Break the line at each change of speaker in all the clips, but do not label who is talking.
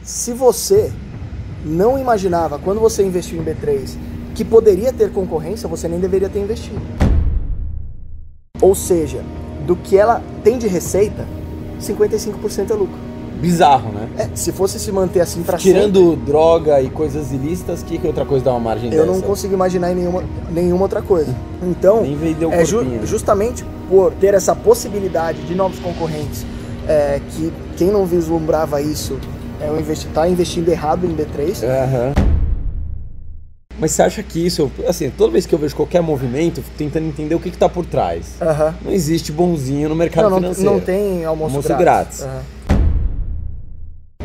Se você não imaginava quando você investiu em B3 que poderia ter concorrência, você nem deveria ter investido. Ou seja, do que ela tem de receita, 55% é lucro.
Bizarro, né?
É, se fosse se manter assim para
Tirando droga e coisas ilícitas, que, que outra coisa dá uma margem
Eu
dessa?
não consigo imaginar em nenhuma, nenhuma outra coisa. Então,
Nem vendeu o
é ju-
corpinho.
justamente por ter essa possibilidade de novos concorrentes, é, que quem não vislumbrava isso é está tá investindo errado em
É.
B3.
Aham. Mas você acha que isso... Assim, toda vez que eu vejo qualquer movimento, eu fico tentando entender o que, que tá por trás.
Aham.
Não existe bonzinho no mercado
Não, não,
financeiro.
não tem almoço,
Almoço
grátis.
grátis.
Aham.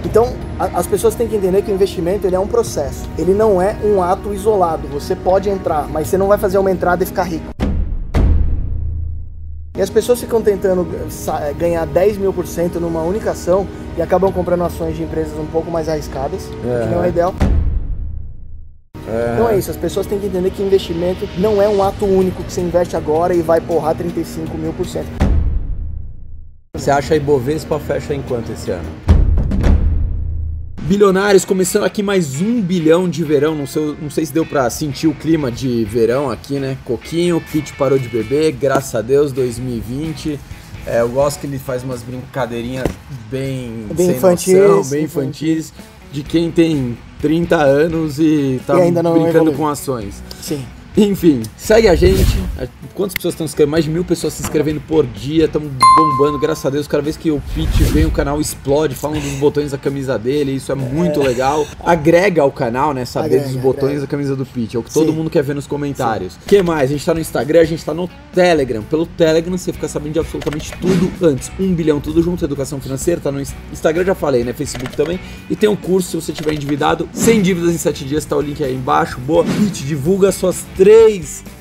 Então, a- as pessoas têm que entender que o investimento ele é um processo. Ele não é um ato isolado. Você pode entrar, mas você não vai fazer uma entrada e ficar rico. E as pessoas ficam tentando g- sa- eh, ganhar 10 mil por cento numa única ação e acabam comprando ações de empresas um pouco mais arriscadas, que não
Aham.
é ideal. Então é isso, as pessoas têm que entender que investimento não é um ato único que você investe agora e vai porrar 35 mil por cento.
Você acha a Ibovespa fecha em quanto esse ano? Bilionários, começando aqui mais um bilhão de verão. Não sei, não sei se deu pra sentir o clima de verão aqui, né? Coquinho, Pete parou de beber, graças a Deus, 2020. É, eu gosto que ele faz umas brincadeirinhas bem,
Bem
sem
infantis,
noção, bem
infantis.
infantis, de quem tem 30 anos e tá
E ainda não
brincando
evoluiu.
com ações.
Sim.
Enfim, segue a gente. Quantas pessoas estão se inscrevendo? Mais de mil pessoas se inscrevendo por dia. Estamos bombando, graças a Deus. Cada vez que o Pete vem, o canal explode. Falam dos botões da camisa dele. Isso é muito legal. Agrega ao canal, né? Saber
Agrega,
dos botões
agrega.
da camisa do Pete. É o que
Sim.
todo mundo quer ver nos comentários. O que mais? A gente tá no Instagram, a gente tá no Telegram. Pelo Telegram você fica sabendo de absolutamente tudo antes. Um bilhão, tudo junto. Educação financeira. Tá no Ins- Instagram, já falei, né? Facebook também. E tem um curso, se você tiver endividado, sem dívidas em 7 dias, tá o link aí embaixo. Boa. Pete, divulga suas três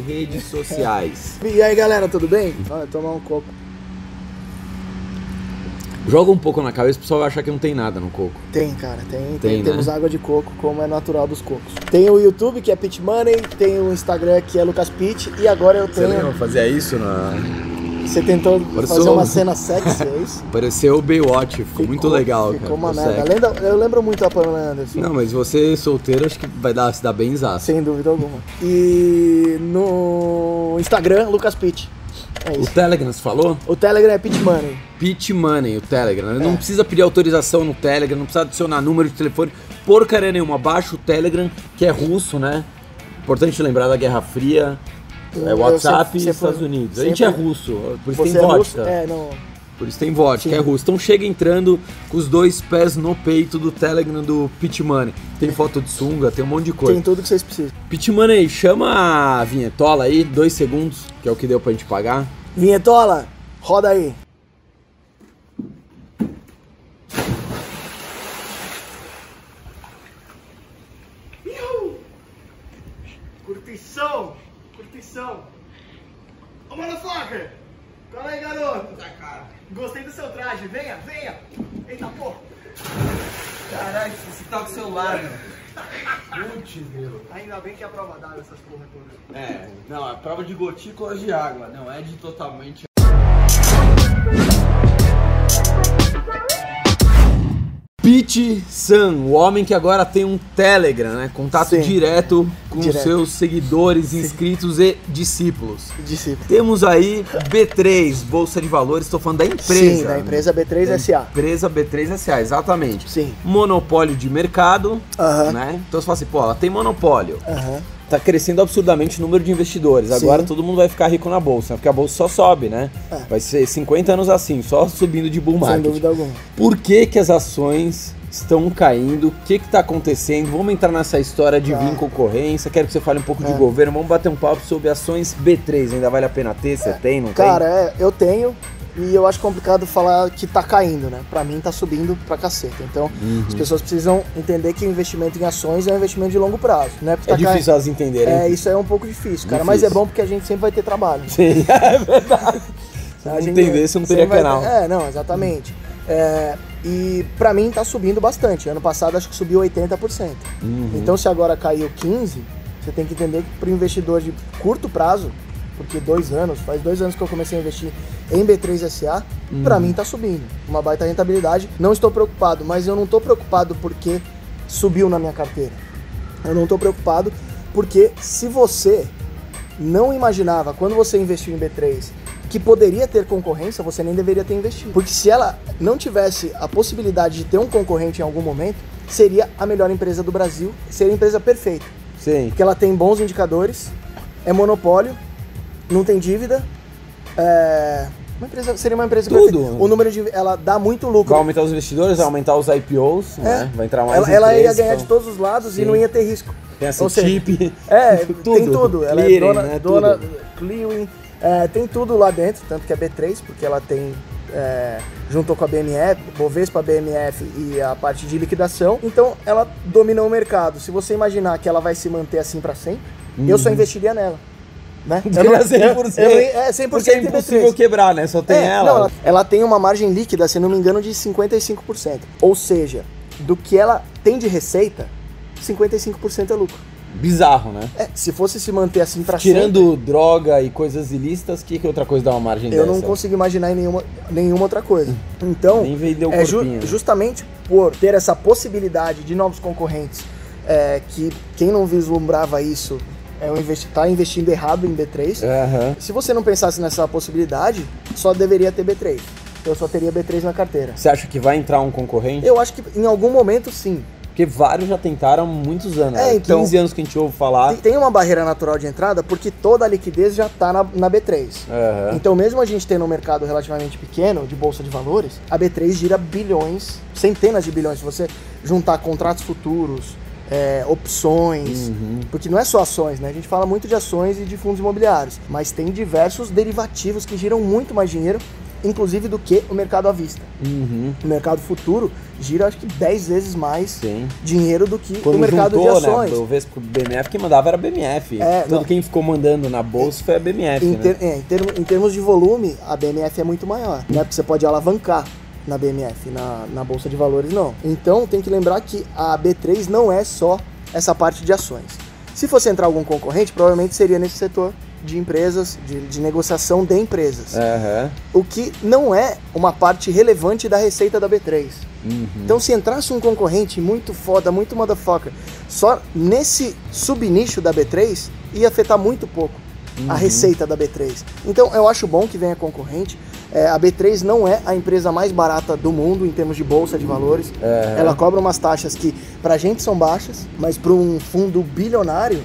redes sociais.
E aí galera, tudo bem? Olha, tomar um coco.
Joga um pouco na cabeça, o pessoal vai achar que não tem nada no coco.
Tem, cara, tem. tem,
Tem, né?
Temos água de coco, como é natural dos cocos. Tem o YouTube, que é Pit Money, tem o Instagram, que é Lucas Pitt, e agora eu tenho.
Fazia isso na.
Você tentou
Pareceu
fazer uma
um-
cena sexy, é isso?
Pareceu o Baywatch, ficou, muito legal,
Ficou
cara.
uma
Consegue.
merda. Além da- eu lembro muito a Pamela Anderson.
Não, mas você solteiro, acho que vai dar, se dar bem zaço.
Sem dúvida alguma. E no Instagram, Lucas Pitt. É
O
isso.
Telegram, você falou?
O Telegram é Pit Money.
Pit Money, o Telegram. né? Não
É.
precisa pedir autorização no Telegram, não precisa adicionar número de telefone, porcaria nenhuma. Baixa o Telegram, que é russo, né? Importante lembrar da Guerra Fria. É
Eu
WhatsApp
sempre-
e
sempre-
Estados Unidos. A
sempre-
gente é russo, por isso
Você
tem
é
vodka.
russo? É, não.
Por isso tem vodka,
Sim.
é russo. Então chega entrando com os dois pés no peito do Telegram do Pit Money. Tem foto de sunga, tem um monte de coisa.
Tem tudo que vocês precisam.
Pit Money, chama a vinhetola aí, dois segundos, que é o que deu pra gente pagar.
Vinhetola, roda aí.
Curtição! Curtição! Ô, motherfucker! Cola aí, garoto! Gostei do seu traje, venha, venha! Eita porra!
Caralho, você tá com o celular, meu.
Ainda bem que é a prova d'água essas porra todas.
É, não, é prova de gotículas de água, não é de totalmente
Pete San, o homem que agora tem um Telegram, né? Contato
Sim.
direto com
Direto.
seus seguidores, inscritos e discípulos.
Discípulo.
Temos aí B3, Bolsa de Valores, estou falando da empresa.
Sim, da
né?
empresa
Da
B3SA.
Empresa B3SA, exatamente.
Sim.
Monopólio de mercado,
Aham.
né? Então você fala assim, pô, ela tem monopólio.
Aham.
Tá crescendo absurdamente o número de investidores. Agora
Sim.
todo mundo vai ficar rico na bolsa, porque a bolsa só sobe, né?
É.
Vai ser 50 anos assim, só subindo de bull
Sem
market.
dúvida alguma.
Por que, que as ações estão caindo? O que que tá acontecendo? Vamos entrar nessa história de
Tá.
vir concorrência. Quero que você fale um pouco de
É.
governo. Vamos bater um papo sobre ações B3. Ainda vale a pena ter? Você tem? Não
Cara, é, eu tenho e eu acho complicado falar que tá caindo, né? Pra mim tá subindo pra caceta. Então,
Uhum.
as pessoas precisam entender que o investimento em ações é um investimento de longo prazo, né? Porque
tem? É
tá
difícil elas entenderem.
caindo. É, isso aí é um pouco difícil, cara. Mas é
Difícil.
bom porque a gente sempre vai ter trabalho. né?
Sim, é verdade. Se
A
não
gente
entender, você
sempre
não teria
vai-
canal.
É, não, exatamente. É, e pra mim tá subindo bastante. Ano passado acho que subiu 80%.
Uhum.
Então se agora caiu 15%, você tem que entender que pro investidor de curto prazo porque dois anos, faz dois anos que eu comecei a investir em B3SA,
Uhum.
pra mim tá subindo. Uma baita rentabilidade. Não estou preocupado, mas eu não tô preocupado porque subiu na minha carteira. Eu não tô preocupado porque se você não imaginava quando você investiu em B3 que poderia ter concorrência, você nem deveria ter investido. Porque se ela não tivesse a possibilidade de ter um concorrente em algum momento, seria a melhor empresa do Brasil, seria a empresa perfeita.
Sim.
Porque ela tem bons indicadores, é monopólio, não tem dívida, é... uma empresa- seria uma empresa
Tudo.
perfeita. O número de... Ela dá muito lucro.
Vai aumentar os investidores, vai aumentar os IPOs,
É.
né? Vai entrar mais
Ela, ela ia
empresas,
ganhar
então-
de todos os lados
Sim.
e não ia ter risco.
Tem
Ou
essa
seja,
chip,
É, tem tudo. Ela é
Clearing,
dona,
né?
dona
Tudo.
clearing, é, tem tudo lá dentro, tanto que é B3, porque ela tem, é, juntou com a BMF, Bovespa, BMF e a parte de liquidação. Então, ela dominou o mercado. Se você imaginar que ela vai se manter assim pra sempre, eu
Uhum.
só investiria nela. Né? Eu não- eu não- é 100%
Porque é
em B3.
impossível quebrar, né? Só tem
É,
ela.
não, ela. ela tem uma margem líquida, se não me engano, de 55%. Ou seja, do que ela tem de receita, 55% é lucro.
Bizarro, né?
É, se fosse se manter assim pra sempre,
Tirando droga e coisas ilícitas, que, que outra coisa dá uma margem
eu
dessa?
não
né?
consigo imaginar em nenhuma, nenhuma outra coisa. Então,
Nem vendeu o
é ju-
corpinho. né?
justamente por ter essa possibilidade de novos concorrentes, é, que quem não vislumbrava isso é um investi tá investindo errado em B3.
É. Aham.
Se você não pensasse nessa possibilidade, só deveria ter B3. Eu só teria B3 na carteira.
Você acha que vai entrar um concorrente?
Eu acho que em algum momento sim.
Porque vários já tentaram há muitos anos.
É,
né?
então.
15 anos que a gente ouve falar.
Tem- Tem uma barreira natural de entrada porque toda a liquidez já está na, na B3.
Aham.
Então, mesmo a gente tendo um mercado relativamente pequeno de bolsa de valores, a B3 gira bilhões, centenas de bilhões. Se você juntar contratos futuros, é, opções,
Uhum.
porque não é só ações, né? A gente fala muito de ações e de fundos imobiliários, mas tem diversos derivativos que giram muito mais dinheiro, inclusive do que o mercado à vista.
Uhum.
O mercado futuro gira acho que 10 vezes mais
Sim.
dinheiro do que
Quando
o mercado
juntou,
de ações.
né? O Vespa BMF, quem mandava era a BMF.
É,
Todo
não.
quem ficou mandando na bolsa foi a BMF,
Em,
né?
ter- é, em, termo- em termos de volume, a BMF é muito maior, né? Porque você pode alavancar na BMF, na, na Bolsa de Valores, não. Então tem que lembrar que a B3 não é só essa parte de ações. Se fosse entrar algum concorrente, provavelmente seria nesse setor de empresas, de, de negociação de empresas.
Aham.
O que não é uma parte relevante da receita da B3.
Uhum.
Então, se entrasse um concorrente muito foda, muito motherfucker, só nesse subnicho da B3, ia afetar muito pouco a
Uhum.
receita da B3. Então, eu acho bom que venha concorrente. É, a B3 não é a empresa mais barata do mundo em termos de bolsa de valores.
É.
Ela cobra umas taxas que, pra gente, são baixas, mas pra um fundo bilionário,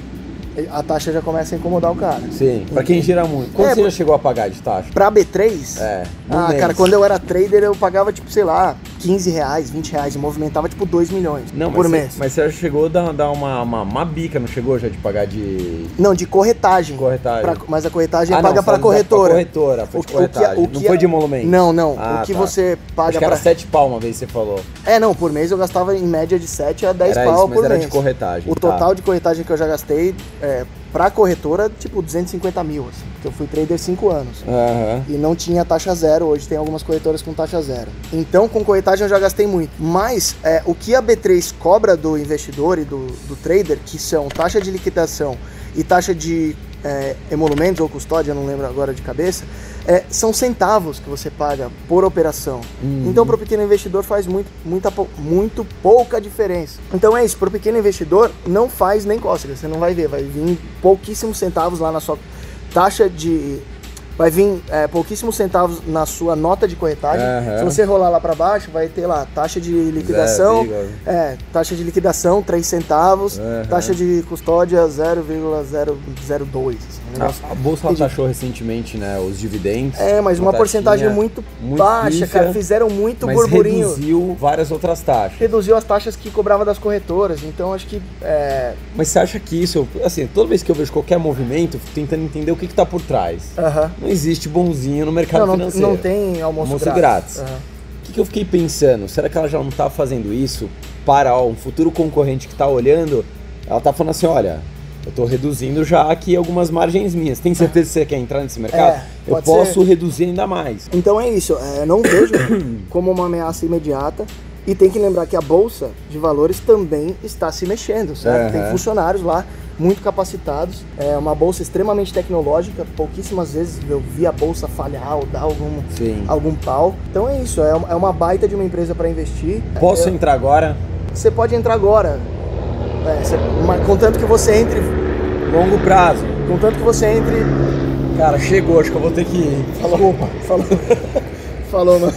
a taxa já começa a incomodar o cara.
Sim, pra quem gira muito. Quanto
É,
você já
por-
chegou a pagar de taxa?
Pra B3,
É. no
ah,
mês.
cara, quando eu era trader, eu pagava, tipo, sei lá, 15 reais, 20 reais, e movimentava, tipo, 2 milhões
Não, mas
por
você-
mês.
Mas você já chegou a dar, dar uma, uma, uma bica, não chegou já de pagar de
Não, de corretagem.
corretagem?
Pra- mas a corretagem
Ah,
é paga
não,
pra
só-
corretora.
Pra corretora, foi
O-
de
o que- é-
corretagem.
o
não
que-
foi de monumento.
Não, não.
Ah,
o que
tá.
você
Acho
paga
que era
pra...
7 pau uma vez, você falou.
É, não, por mês eu gastava em média de 7 a 10
Era
pau
isso, mas
por
era
mês.
de corretagem.
O
tá.
total de corretagem que eu já gastei é, pra corretora, tipo, 250 mil, assim. Porque eu fui trader 5 anos.
Aham.
E não tinha taxa zero, hoje tem algumas corretoras com taxa zero. Então, com corretagem eu já gastei muito. Mas é, o que a B3 cobra do investidor e do, do trader, que são taxa de liquidação e taxa de é, emolumentos ou custódia, eu não lembro agora de cabeça, é, são centavos que você paga por operação. Então, para o pequeno investidor faz muito, muita, pou- muito pouca diferença. Então é isso, para o pequeno investidor não faz nem cócega, você não vai ver, vai vir pouquíssimos centavos lá na sua taxa de Vai vir é, pouquíssimos centavos na sua nota de corretagem.
Aham.
Se você rolar lá para baixo, vai ter lá taxa de liquidação.
Zero vírgula.
É, taxa de liquidação, 3 centavos.
Aham.
Taxa de custódia, 0,002. assim, um negócio-
A, a bolsa ela
Entendi.
taxou recentemente, né, os dividendos.
É, mas uma
taxinha
porcentagem muito,
muito
baixa,
pífia,
cara. Fizeram muito
mas
burburinho.
reduziu várias outras taxas.
Reduziu as taxas que cobrava das corretoras. Então, acho que é,
Mas você acha que isso, assim, toda vez que eu vejo qualquer movimento, eu fico tentando entender o que que tá por trás.
aham.
Não existe bonzinho no mercado
Não, não,
financeiro.
não tem almoço,
Almoço grátis.
grátis. Aham.
O que, que eu fiquei pensando? Será que ela já não tá fazendo isso para ó, um futuro concorrente que tá olhando? Ela tá falando assim, olha, eu tô reduzindo já aqui algumas margens minhas. Tem certeza que você quer entrar nesse mercado?
É,
eu
pode
posso
ser.
reduzir ainda mais.
Então é isso, é, não vejo como uma ameaça imediata. E tem que lembrar que a Bolsa de Valores também está se mexendo, certo?
Aham.
Tem funcionários lá muito capacitados. É uma bolsa extremamente tecnológica. Pouquíssimas vezes eu vi a bolsa falhar ou dar algum,
Sim.
algum pau. Então é isso, é uma- é uma baita de uma empresa para investir.
Posso
É,
entrar agora?
Você pode entrar agora. É, você- mas contanto que você entre.
Longo prazo.
Contanto que você entre.
Cara, chegou, acho que eu vou ter que ir.
Desculpa, falou. falou, mano.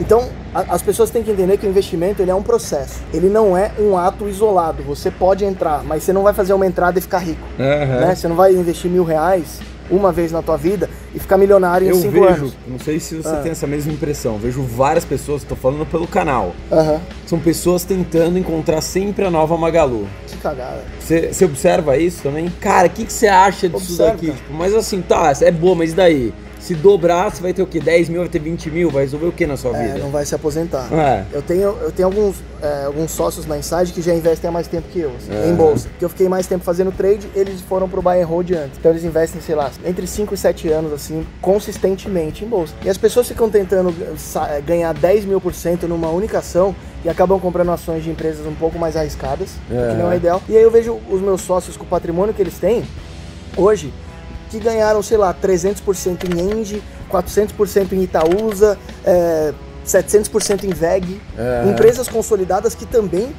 Então, a- as pessoas têm que entender que o investimento ele é um processo. Ele não é um ato isolado. Você pode entrar, mas você não vai fazer uma entrada e ficar rico.
Aham.
né? Você não vai investir mil reais uma vez na tua vida e ficar milionário em
Eu
cinco
vejo,
anos.
não sei se você
Ah.
tem essa mesma impressão, vejo várias pessoas, tô falando pelo canal,
Aham.
são pessoas tentando encontrar sempre a nova Magalu.
Que cagada.
Você você observa isso também? Cara, o que que você acha disso
Observa.
daqui? Tipo, mas assim, tá, é boa, mas e daí? Se dobrar, você vai ter o quê? 10 mil, vai ter 20 mil? Vai resolver o que na sua
É,
vida?
não vai se aposentar.
É.
Eu tenho, eu tenho alguns, é, alguns sócios na Inside que já investem há mais tempo que eu, assim, em bolsa. Porque eu fiquei mais tempo fazendo trade, eles foram pro buy and hold antes. Então eles investem, sei lá, entre 5 e 7 anos, assim, consistentemente em bolsa. E as pessoas ficam tentando sa- eh, ganhar 10 mil por cento numa única ação e acabam comprando ações de empresas um pouco mais arriscadas,
É.
que não é ideal. E aí eu vejo os meus sócios com o patrimônio que eles têm hoje, que ganharam, sei lá, 300% em Engie, 400% em Itaúsa, é, 700% em VEG.
É.
Empresas consolidadas que também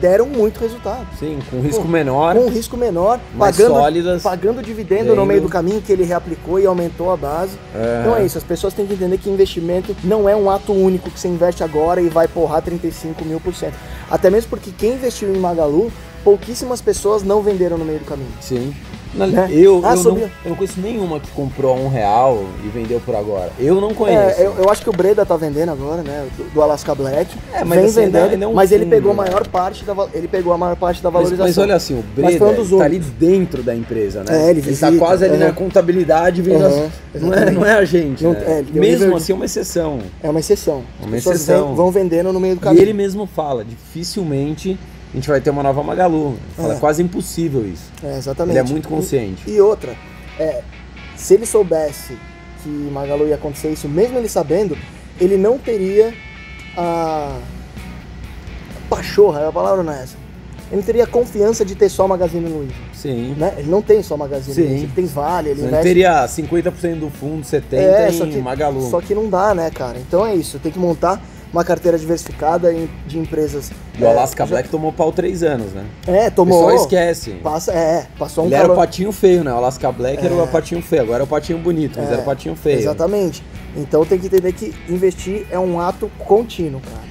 deram muito resultado.
Sim, com risco menor.
Com um risco menor,
Mais
pagando,
sólidas.
pagando dividendo
Vendo.
no meio do caminho que ele reaplicou e aumentou a base.
É.
Então é isso, as pessoas têm que entender que investimento não é um ato único que você investe agora e vai porrar 35 mil por cento. Até mesmo porque quem investiu em Magalu, pouquíssimas pessoas não venderam no meio do caminho.
Sim. Na-
Né?
Eu,
Ah,
eu, não,
subiu.
eu não conheço nenhuma que comprou a um real e vendeu por agora. Eu não conheço.
É, eu, eu acho que o Breda tá vendendo agora, né? Do, do Alaska Black.
É, mas
Vem
assim,
vendendo,
ele é um
mas ele
fundo,
pegou a
né?
maior parte da val- ele pegou a maior parte da
Mas,
valorização.
mas olha assim, o
Mas foi um
Breda
dos
tá
únicos.
ali dentro da empresa, né?
É, ele
tá
visita,
quase ali
aham.
na contabilidade vendo
Aham,
as... não, é, não é a gente,
Não-
né?
é, ele tem um
Mesmo
nível de-
assim é uma exceção.
É uma exceção. As
Uma
pessoas
exceção.
vêm- vão vendendo no meio do
E
caminho.
ele mesmo fala, dificilmente a gente vai ter uma nova Magalu. Ele Fala,
É.
é quase impossível isso.
É, exatamente.
Ele é muito consciente.
E, e outra, é, se ele soubesse que Magalu ia acontecer isso, mesmo ele sabendo, ele não teria a pachorra, a palavra não é essa. Ele não teria a confiança de ter só Magazine Luiza,
Sim.
né? Ele não tem só Magazine
Sim.
Luiza, ele tem Vale, ele
Ele
investe
teria 50% do fundo, 70% em Magalu.
É, Só que não dá, né, cara? Então é isso, tem que montar uma carteira diversificada em- de empresas.
E o
é,
Alaska
já-
Black tomou pau três anos, né?
É,
O
tomou.
pessoal esquece.
Passa, é, passou um
Ele era o
calor-
patinho feio, né? O Alaska Black era o patinho feio. Agora é o patinho bonito, mas
É,
era o patinho feio.
Exatamente. Então tem que entender que investir é um ato contínuo, cara.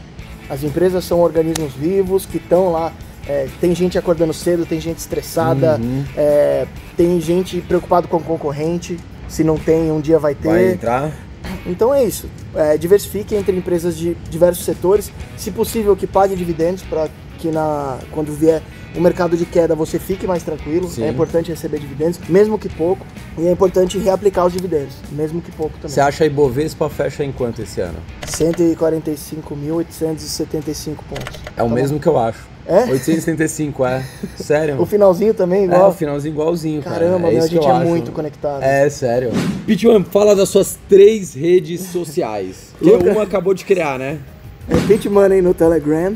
As empresas são organismos vivos que estão lá. é, tem gente acordando cedo, tem gente estressada,
Uhum.
é, tem gente preocupada com o concorrente. Se não tem, um dia vai ter.
Vai entrar?
Então é isso. É, diversifique entre empresas de diversos setores. Se possível, que pague dividendos para que na, quando vier o mercado de queda você fique mais tranquilo.
Sim.
É importante receber dividendos, mesmo que pouco. E é importante reaplicar os dividendos, mesmo que pouco também.
Você acha a Ibovespa fecha em quanto esse ano?
145.875 pontos.
É o
Tá
mesmo que eu acho.
É?
875, é.
bom?
Sério?
O finalzinho também,
É, o
igual.
finalzinho igualzinho, cara.
Caramba,
é
meu,
isso
a gente
que eu
é
acho.
muito conectado.
É, sério. Pitman, fala das suas três redes sociais. que
Lucas.
uma acabou de criar, né?
É Pit Money no Telegram,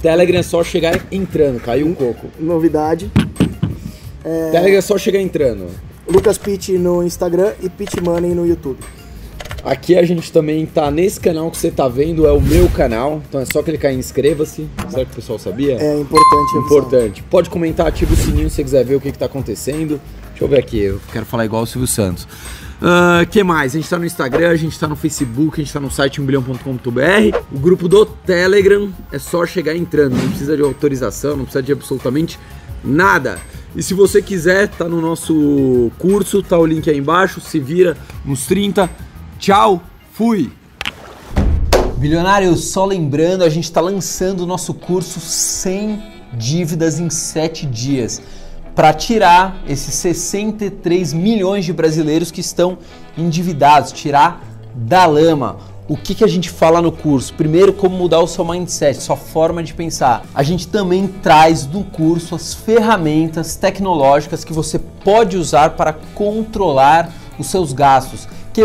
Telegram é só chegar entrando, caiu um coco.
novidade.
Telegram é só chegar entrando.
Lucas Pitt no Instagram e Pit Money no YouTube.
Aqui a gente também tá nesse canal que você tá vendo, é o meu canal. Então é só clicar em inscreva-se. Será que o pessoal sabia?
É importante. a visão.
Importante. Pode comentar, ativa o sininho se você quiser ver o que, que tá acontecendo. Deixa eu ver aqui, eu quero falar igual o Silvio Santos. O que mais? A gente tá no Instagram, a gente tá no Facebook, a gente tá no site 1bilhão.com.br. O grupo do Telegram é só chegar entrando, não precisa de autorização, não precisa de absolutamente nada. E se você quiser, tá no nosso curso, tá o link aí embaixo, se vira, uns 30. Tchau, fui! Bilionário, só lembrando, a gente está lançando o nosso curso sem dívidas em 7 dias para tirar esses 63 milhões de brasileiros que estão endividados, tirar da lama. O que, que a gente fala no curso? Primeiro, como mudar o seu mindset, sua forma de pensar. A gente também traz do curso as ferramentas tecnológicas que você pode usar para controlar os seus gastos. O que